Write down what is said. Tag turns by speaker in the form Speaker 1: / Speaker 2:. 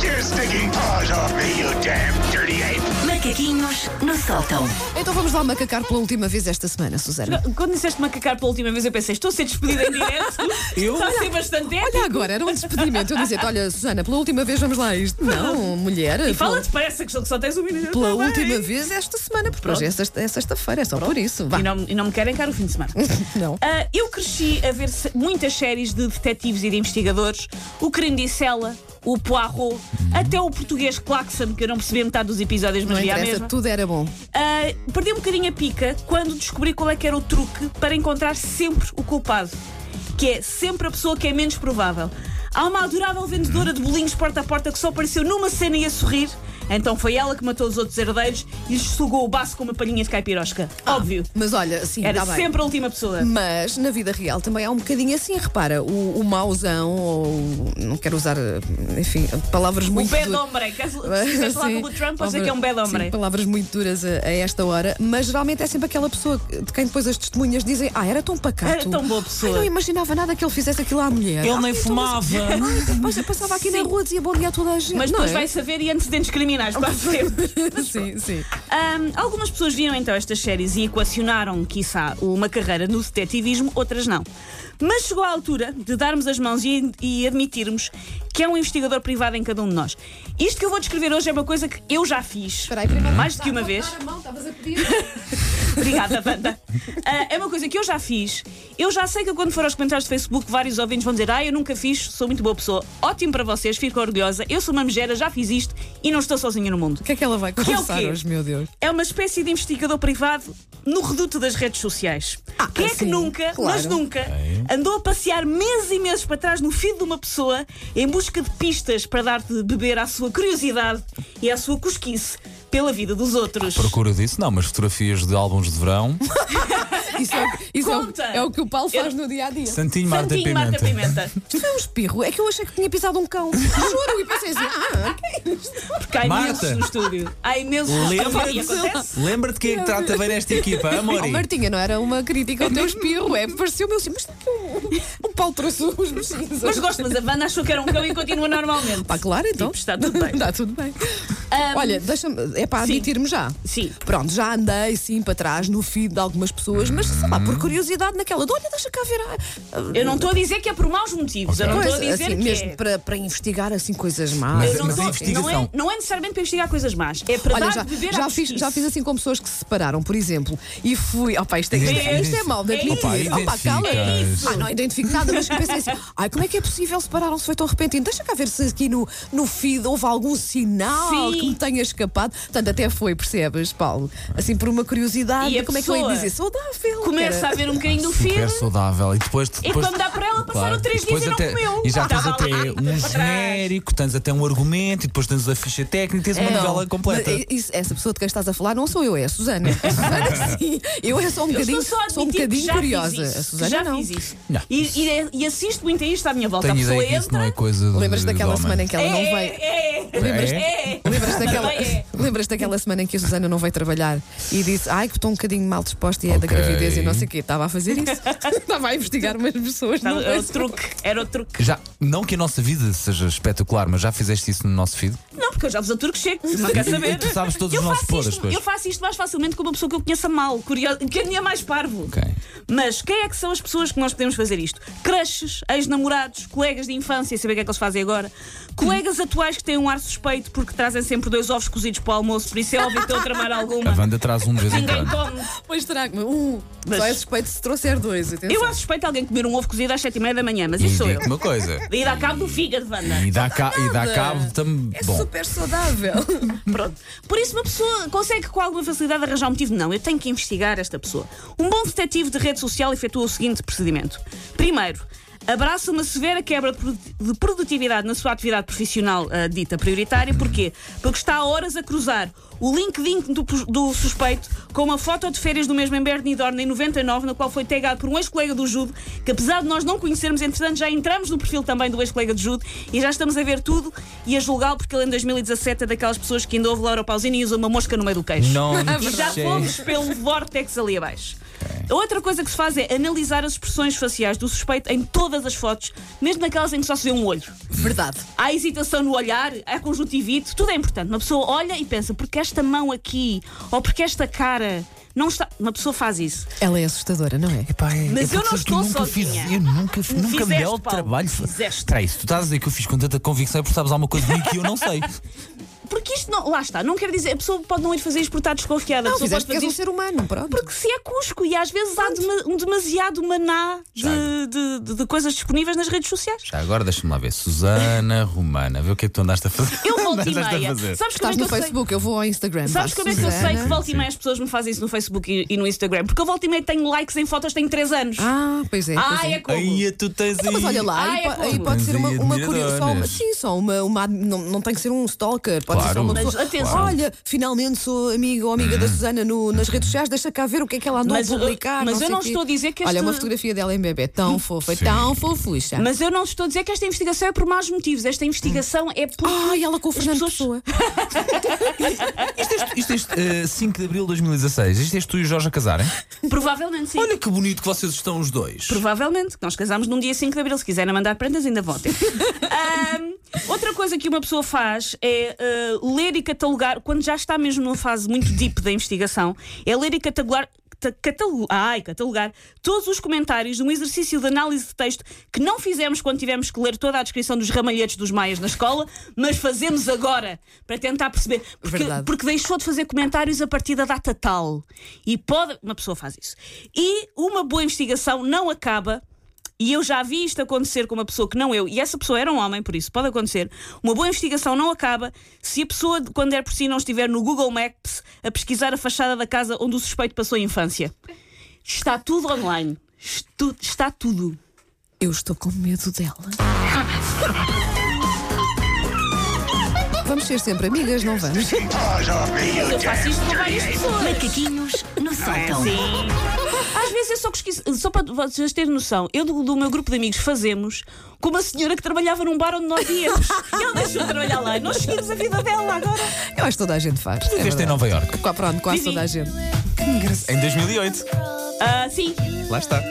Speaker 1: fucking paws off me, you damn dirty ape!
Speaker 2: Macaquinhos no sótão.
Speaker 3: Então vamos lá macacar pela última vez esta semana, Susana.
Speaker 4: Quando disseste macacar pela última vez, eu pensei, estou a ser despedida em direto.
Speaker 5: Eu?
Speaker 4: Está a ser bastante épico.
Speaker 3: Olha, agora era um despedimento. Eu dizia-te, olha, Susana, pela última vez vamos lá a isto. Não, mulher.
Speaker 4: E fala depressa, que só- que só tens um minuto.
Speaker 3: então. Pela
Speaker 4: Tá bem.
Speaker 3: última vez esta semana, porque hoje é sexta- é sexta-feira, é só por isso. Vá.
Speaker 4: E não, e não me querem cá o fim de semana.
Speaker 3: Não.
Speaker 4: Ah, eu cresci a ver se- muitas séries de detetives e de investigadores, o crime de Sela, o
Speaker 3: Hum.
Speaker 4: Poirot, até o português Claxon, que eu não percebi metade dos episódios, mas
Speaker 3: Não
Speaker 4: vi à
Speaker 3: interessa,
Speaker 4: mesma.
Speaker 3: tudo era bom.
Speaker 4: Uh, perdi um bocadinho a pica quando descobri qual é que era o truque para encontrar sempre o culpado, que é sempre a pessoa que é menos provável. Há uma adorável vendedora de bolinhos porta a porta que só apareceu numa cena e a sorrir, então foi ela que matou os outros herdeiros e lhes sugou o baço com uma palhinha de caipirosca. Óbvio.
Speaker 3: Mas olha, sim,
Speaker 4: Era
Speaker 3: tá Ah, bem.
Speaker 4: sempre a última pessoa.
Speaker 3: Mas na vida real também há um bocadinho assim, repara, o, o mauzão, ou não quero usar, enfim, palavras
Speaker 4: O
Speaker 3: muito.
Speaker 4: Um bad
Speaker 3: duras.
Speaker 4: hombre. Queres queres falar
Speaker 3: Sim.
Speaker 4: com o Trump? Pode ser que é um bad
Speaker 3: Sim,
Speaker 4: hombre.
Speaker 3: palavras muito duras a, a esta hora, mas geralmente é sempre aquela pessoa de quem depois as testemunhas dizem: Ah, era tão pacato.
Speaker 4: Era tão boa pessoa."
Speaker 3: Ai, não imaginava nada que ele fizesse aquilo à mulher.
Speaker 5: Ele
Speaker 3: Ah,
Speaker 5: nem
Speaker 3: então,
Speaker 5: fumava.
Speaker 3: mas- Ai, depois eu passava aqui na
Speaker 4: Sim.
Speaker 3: rua, dizia bom dia a toda a gente.
Speaker 4: Mas
Speaker 3: não
Speaker 4: depois
Speaker 3: é?
Speaker 4: vai saber e antecedentes criminais, quase sempre.
Speaker 3: sim, sim.
Speaker 4: Ahm, algumas pessoas viram então estas séries e equacionaram, quiçá, uma carreira no detetivismo, outras não. Mas chegou a altura de darmos as mãos e, e admitirmos que é um investigador privado em cada um de nós. Isto que eu vou descrever hoje é uma coisa que eu já fiz.
Speaker 3: Espera aí, primeiro
Speaker 4: mais
Speaker 3: vou
Speaker 4: do que uma
Speaker 3: voltar
Speaker 4: vez.
Speaker 3: a mão, estavas a pedir.
Speaker 4: Obrigada, Wanda. Ah, é uma coisa que eu já fiz. Eu já sei que quando for aos comentários do Facebook, vários ouvintes vão dizer: Ah, eu nunca fiz, sou muito boa pessoa. Ótimo para vocês, fico orgulhosa. Eu sou uma megera, já fiz isto e não estou sozinha no mundo.
Speaker 3: O que é que ela vai
Speaker 4: é o
Speaker 3: confessar
Speaker 4: quê?
Speaker 3: hoje, meu Deus?
Speaker 4: é uma espécie de investigador privado no reduto das redes sociais.
Speaker 3: Ah,
Speaker 4: Quem é que
Speaker 3: sim,
Speaker 4: nunca,
Speaker 3: claro.
Speaker 4: mas nunca,
Speaker 5: É.
Speaker 4: andou a passear meses e meses para trás no feed de uma pessoa em busca de pistas para dar de beber à sua curiosidade e à sua cosquice pela vida dos outros?
Speaker 5: Procura disso, não, mas fotografias de álbuns de verão.
Speaker 3: Isso é, o- isso é o-
Speaker 4: Conta!
Speaker 3: é o que o Paulo faz
Speaker 4: Eu-
Speaker 3: no dia a dia.
Speaker 5: Santinho Marta
Speaker 4: Santinho
Speaker 5: Pimenta.
Speaker 4: Marta Pimenta.
Speaker 3: Isto foi um espirro, é que eu achei que tinha pisado um cão. Juro, e pensei assim: ah,
Speaker 4: Porque há
Speaker 5: Marta.
Speaker 4: imensos no estúdio. Há imensos no estúdio. E acontece.
Speaker 5: Lembra-te lembra-te quem é que trata bem esta equipa,
Speaker 4: É
Speaker 5: amor.
Speaker 3: Oh, Martinha, não era uma crítica ao teu espirro, é pareceu-me assim, mas que um, um pau trouxe os bichinhos.
Speaker 4: Mas gosto, mas a Wanda achou que era um cão e continua normalmente.
Speaker 3: Pá, claro, então.
Speaker 4: Tipo, está tudo bem.
Speaker 3: Está tudo bem.
Speaker 4: Ahm,
Speaker 3: Olha, deixa-me. É para
Speaker 4: sim.
Speaker 3: admitir-me já.
Speaker 4: Sim.
Speaker 3: Pronto, já andei sim para trás no feed de algumas pessoas, mas sei lá, por curiosidade naquela de olha, deixa cá ver. ah, ah,
Speaker 4: Hum. Eu não estou a dizer que é por maus motivos. Eu não estou a
Speaker 3: coisa,
Speaker 4: dizer
Speaker 3: assim,
Speaker 4: que
Speaker 3: mesmo
Speaker 4: é.
Speaker 3: para, para investigar assim coisas más.
Speaker 4: Eu não
Speaker 5: Mas a
Speaker 4: tô-
Speaker 5: investigação-
Speaker 4: Não é, não é necessariamente para investigar coisas más. É para
Speaker 3: Olha,
Speaker 4: dar
Speaker 3: já,
Speaker 4: de beber
Speaker 3: já
Speaker 4: à
Speaker 3: fiz, já
Speaker 4: justiça.
Speaker 3: fiz assim com pessoas que se separaram, por exemplo, e fui. Opa, isto é, isto é, isto é mal de
Speaker 4: É isso.
Speaker 3: admitir.
Speaker 5: Opa,
Speaker 3: Opa, cala.
Speaker 5: identificas.
Speaker 3: É isso. Ah, não identifico nada, mas pensei assim: ai, como é que é possível separaram-se? Foi tão repentino. Deixa cá ver se aqui no, no feed houve algum sinal
Speaker 4: Sim.
Speaker 3: que me tenha escapado. Portanto, até foi, percebes, Paulo? Assim, por uma curiosidade,
Speaker 4: E a
Speaker 3: como é que eu ia
Speaker 4: pessoa
Speaker 3: dizer? Saudável.
Speaker 4: Começa
Speaker 3: cara.
Speaker 4: a ver um bocadinho do
Speaker 5: Super
Speaker 4: filme.
Speaker 5: saudável. E depois,
Speaker 4: E
Speaker 5: depois
Speaker 4: quando dá para ela, passaram
Speaker 5: Claro.
Speaker 4: três dias
Speaker 5: depois
Speaker 4: e não
Speaker 5: até-
Speaker 4: comeu.
Speaker 5: E já tens
Speaker 4: Estava
Speaker 5: até
Speaker 4: lá,
Speaker 5: um
Speaker 4: atrás.
Speaker 5: genérico, tens até um argumento, e depois tens a ficha técnica, tens uma
Speaker 4: É.
Speaker 3: Não,
Speaker 5: novela completa.
Speaker 3: mas isso- essa pessoa de quem estás a falar não sou eu, é a Susana. A Susana, sim. Eu é só um
Speaker 4: Eu estou
Speaker 3: bocadinho,
Speaker 4: só a
Speaker 3: sou um
Speaker 4: admitir que
Speaker 3: bocadinho
Speaker 4: já
Speaker 3: curiosa.
Speaker 4: Fiz isso,
Speaker 3: a Susana
Speaker 4: já
Speaker 3: não.
Speaker 4: fiz isso.
Speaker 5: Não.
Speaker 4: E, e- e assisto muito a isto à minha volta.
Speaker 5: Tenho
Speaker 4: a tá pessoa
Speaker 5: ideia que isso
Speaker 4: entra.
Speaker 5: não é coisa de.
Speaker 3: Lembras
Speaker 5: de
Speaker 3: daquela
Speaker 5: homem.
Speaker 3: semana em que ela
Speaker 4: é,
Speaker 3: não veio?
Speaker 4: É, é,
Speaker 5: Lembras-te-
Speaker 4: é.
Speaker 3: Lembras daquela,
Speaker 4: Também é.
Speaker 3: lembras daquela semana em que a Susana não veio trabalhar e disse ai que estou um bocadinho mal disposta e é da
Speaker 5: Ok.
Speaker 3: gravidez e não sei o quê? Estava a fazer isso. Estava a investigar umas pessoas.
Speaker 4: Era
Speaker 3: não é?
Speaker 4: era o
Speaker 3: sei.
Speaker 4: truque. Era o truque.
Speaker 5: Já, não que a nossa vida seja espetacular, mas já fizeste isso no nosso feed?
Speaker 4: Não, porque eu já vos aturo que chego. Não quer saber.
Speaker 5: Tu sabes todos
Speaker 4: eu
Speaker 5: os nossos
Speaker 4: faço
Speaker 5: podres,
Speaker 4: isto-
Speaker 5: pois.
Speaker 4: Eu faço isto mais facilmente com uma pessoa que eu conheça mal, curiosa, que é mais parvo.
Speaker 5: Ok.
Speaker 4: Mas quem é que são as pessoas que nós podemos fazer isto? Crushes, ex-namorados, colegas de infância, saber o que é que eles fazem agora, colegas atuais que têm um ar suspeito porque trazem sempre dois ovos cozidos para o almoço, por isso é óbvio que estão a tramar
Speaker 5: A
Speaker 4: alguma.
Speaker 5: Wanda traz um de vez em
Speaker 4: Ninguém
Speaker 5: quando.
Speaker 4: come.
Speaker 3: Pois trago-me. Um,
Speaker 4: Mas-
Speaker 3: só é suspeito se trouxer dois. Atenção.
Speaker 4: Eu acho suspeito alguém comer um ovo cozido às 7 e meia da manhã, mas
Speaker 5: E
Speaker 4: isso sou eu.
Speaker 5: digo-te uma coisa.
Speaker 4: E dá cabo do fígado, Wanda.
Speaker 5: E dá, ca, e dá
Speaker 3: Nada.
Speaker 5: cabo também.
Speaker 3: É
Speaker 5: Bom,
Speaker 3: super saudável.
Speaker 4: Pronto. Por isso, uma pessoa consegue com alguma facilidade arranjar um motivo. Não, eu tenho que investigar esta pessoa. Um bom detetive de rede social efetua o seguinte procedimento: primeiro, abraça uma severa quebra de produ- de produtividade na sua atividade profissional ah, dita prioritária. Porquê? Porque está a horas a cruzar o LinkedIn do, pos- do suspeito com uma foto de férias do mesmo em Bernidorna em 99, na qual foi tagado por um ex-colega do Judo, que apesar de nós não conhecermos, entretanto já entramos no perfil também do ex-colega de Judo e já estamos a ver tudo e a julgá-lo, porque ele em 2017 é daquelas pessoas que ainda ouve Laura Pausini e usa uma mosca no meio do queixo.
Speaker 5: não
Speaker 4: E É já
Speaker 5: sei.
Speaker 4: fomos pelo vórtex ali abaixo.
Speaker 5: é.
Speaker 4: Outra coisa que se faz é analisar as expressões faciais do suspeito em todas as fotos, mesmo naquelas em que só se vê um olho.
Speaker 3: Verdade.
Speaker 4: Há hesitação no olhar, há conjuntivite, tudo é importante. Uma pessoa olha e pensa, porque esta mão aqui, ou porque esta cara não está. Uma pessoa faz isso.
Speaker 3: Ela é assustadora, não é?
Speaker 5: Epá, é-
Speaker 4: Mas
Speaker 5: é
Speaker 4: eu não
Speaker 5: porque que eu
Speaker 4: estou
Speaker 5: nunca fiz,
Speaker 4: sozinha.
Speaker 5: Eu nunca, fi- nunca me dei
Speaker 4: Fizeste,
Speaker 5: ao
Speaker 4: Paulo,
Speaker 5: trabalho.
Speaker 4: fizeste.
Speaker 5: Espera aí, se tu estás a dizer que eu fiz com tanta convicção é porque sabes alguma coisa de mim que eu não sei.
Speaker 4: Porque isto não. Lá está, não quer dizer. A pessoa pode não ir fazer isto por estar desconfiada.
Speaker 3: Não,
Speaker 4: a pessoa pode
Speaker 3: fizeste que
Speaker 4: fazer
Speaker 3: és um
Speaker 4: isto
Speaker 3: ser humano, pronto.
Speaker 4: porque se é cusco e às vezes há dema- um demasiado maná de, de- de- de coisas disponíveis nas redes sociais.
Speaker 5: Já Tá, agora deixa-me lá ver. Susana Romana, vê o que é que tu andaste a fazer.
Speaker 4: Eu volto e
Speaker 5: Andaste a
Speaker 4: meia.
Speaker 5: fazer.
Speaker 4: Sabes como é
Speaker 3: Estás
Speaker 4: que
Speaker 3: no
Speaker 4: eu sei?
Speaker 3: Facebook, eu vou ao Instagram.
Speaker 4: Sabes
Speaker 3: Vai,
Speaker 4: como é que eu
Speaker 3: Susana.
Speaker 4: sei que volta e
Speaker 5: Sim,
Speaker 4: meia
Speaker 5: sim.
Speaker 4: as pessoas me fazem isso no Facebook e, e no Instagram? Porque eu volta e meia tenho likes em fotos que têm 3 anos.
Speaker 3: Ah, pois é. pois
Speaker 4: Ah, é como?
Speaker 5: Aí tu tens aí.
Speaker 3: Mas olha lá,
Speaker 4: Ah,
Speaker 3: aí,
Speaker 4: é
Speaker 3: po-
Speaker 4: como?
Speaker 3: aí pode ser uma,
Speaker 5: Tens aí
Speaker 3: uma curiosa. Só uma,
Speaker 5: admiradoras.
Speaker 3: sim, só uma. uma ad- não, não tem que ser um stalker, pode ser só
Speaker 5: Claro. Uhum.
Speaker 3: uma
Speaker 5: Mas
Speaker 3: pessoa.
Speaker 4: atenção.
Speaker 3: Olha, finalmente sou amigo ou amiga da Susana no- nas redes sociais, deixa cá ver o que é que ela andou
Speaker 4: Mas, uh,
Speaker 3: a publicar.
Speaker 4: mas eu
Speaker 3: sei
Speaker 4: não
Speaker 3: quê.
Speaker 4: estou a dizer que
Speaker 3: Olha,
Speaker 4: este-
Speaker 3: uma fotografia dela em bebê tão fofa, tão fofucha.
Speaker 4: Mas eu não estou a dizer que esta investigação é por maus motivos. Esta investigação é por.
Speaker 3: Ai, ela com o
Speaker 4: As
Speaker 3: Fernando Pessoa.
Speaker 4: pessoas-
Speaker 5: Isto é, isto é este, eh, 5 de abril de 2016. Isto és tu e o Jorge a casarem?
Speaker 4: Provavelmente sim.
Speaker 5: Olha que bonito que vocês estão os dois.
Speaker 4: Provavelmente, que nós casámos num dia 5 de abril. Se quiserem mandar prendas, ainda votem. Ahm, outra coisa que uma pessoa faz é ah, ler e catalogar, quando já está mesmo numa fase muito deep da investigação, é ler e catalogar. ta- Catalog, ai, catalogar todos os comentários de um exercício de análise de texto que não fizemos quando tivemos que ler toda a descrição dos ramalhetes dos maias na escola, mas fazemos agora para tentar perceber. Porque,
Speaker 3: Verdade.
Speaker 4: porque deixou de fazer comentários a partir da data tal. E pode. Uma pessoa faz isso. E uma boa investigação não acaba. E eu já vi isto acontecer com uma pessoa que não eu, e essa pessoa era um homem, por isso pode acontecer. Uma boa investigação não acaba se a pessoa, quando é por si, não estiver no Google Maps a pesquisar a fachada da casa onde o suspeito passou a infância. Está tudo online. Estu- está tudo.
Speaker 3: Eu estou com medo dela. Vamos ser sempre amigas, não vamos?
Speaker 1: Paws off me, you
Speaker 4: Eu faço
Speaker 1: damn
Speaker 4: isto com
Speaker 1: dirty
Speaker 4: várias
Speaker 1: ape!
Speaker 4: pessoas.
Speaker 2: Macaquinhos no sótão.
Speaker 4: Sim. Às vezes eu só pesquiso, só para vocês terem noção, eu do, do meu grupo de amigos fazemos com uma senhora que trabalhava num bar onde nós íamos. Ela deixou de trabalhar lá, nós seguimos a vida dela agora.
Speaker 3: Eu acho que toda a gente faz. é
Speaker 5: Viveste em
Speaker 3: verdade.
Speaker 5: Nova Iorque.
Speaker 3: Qua- Pronto, quase
Speaker 4: Vivi.
Speaker 3: toda a gente.
Speaker 5: Em 2008.
Speaker 4: Ah, sim,
Speaker 5: Lá está.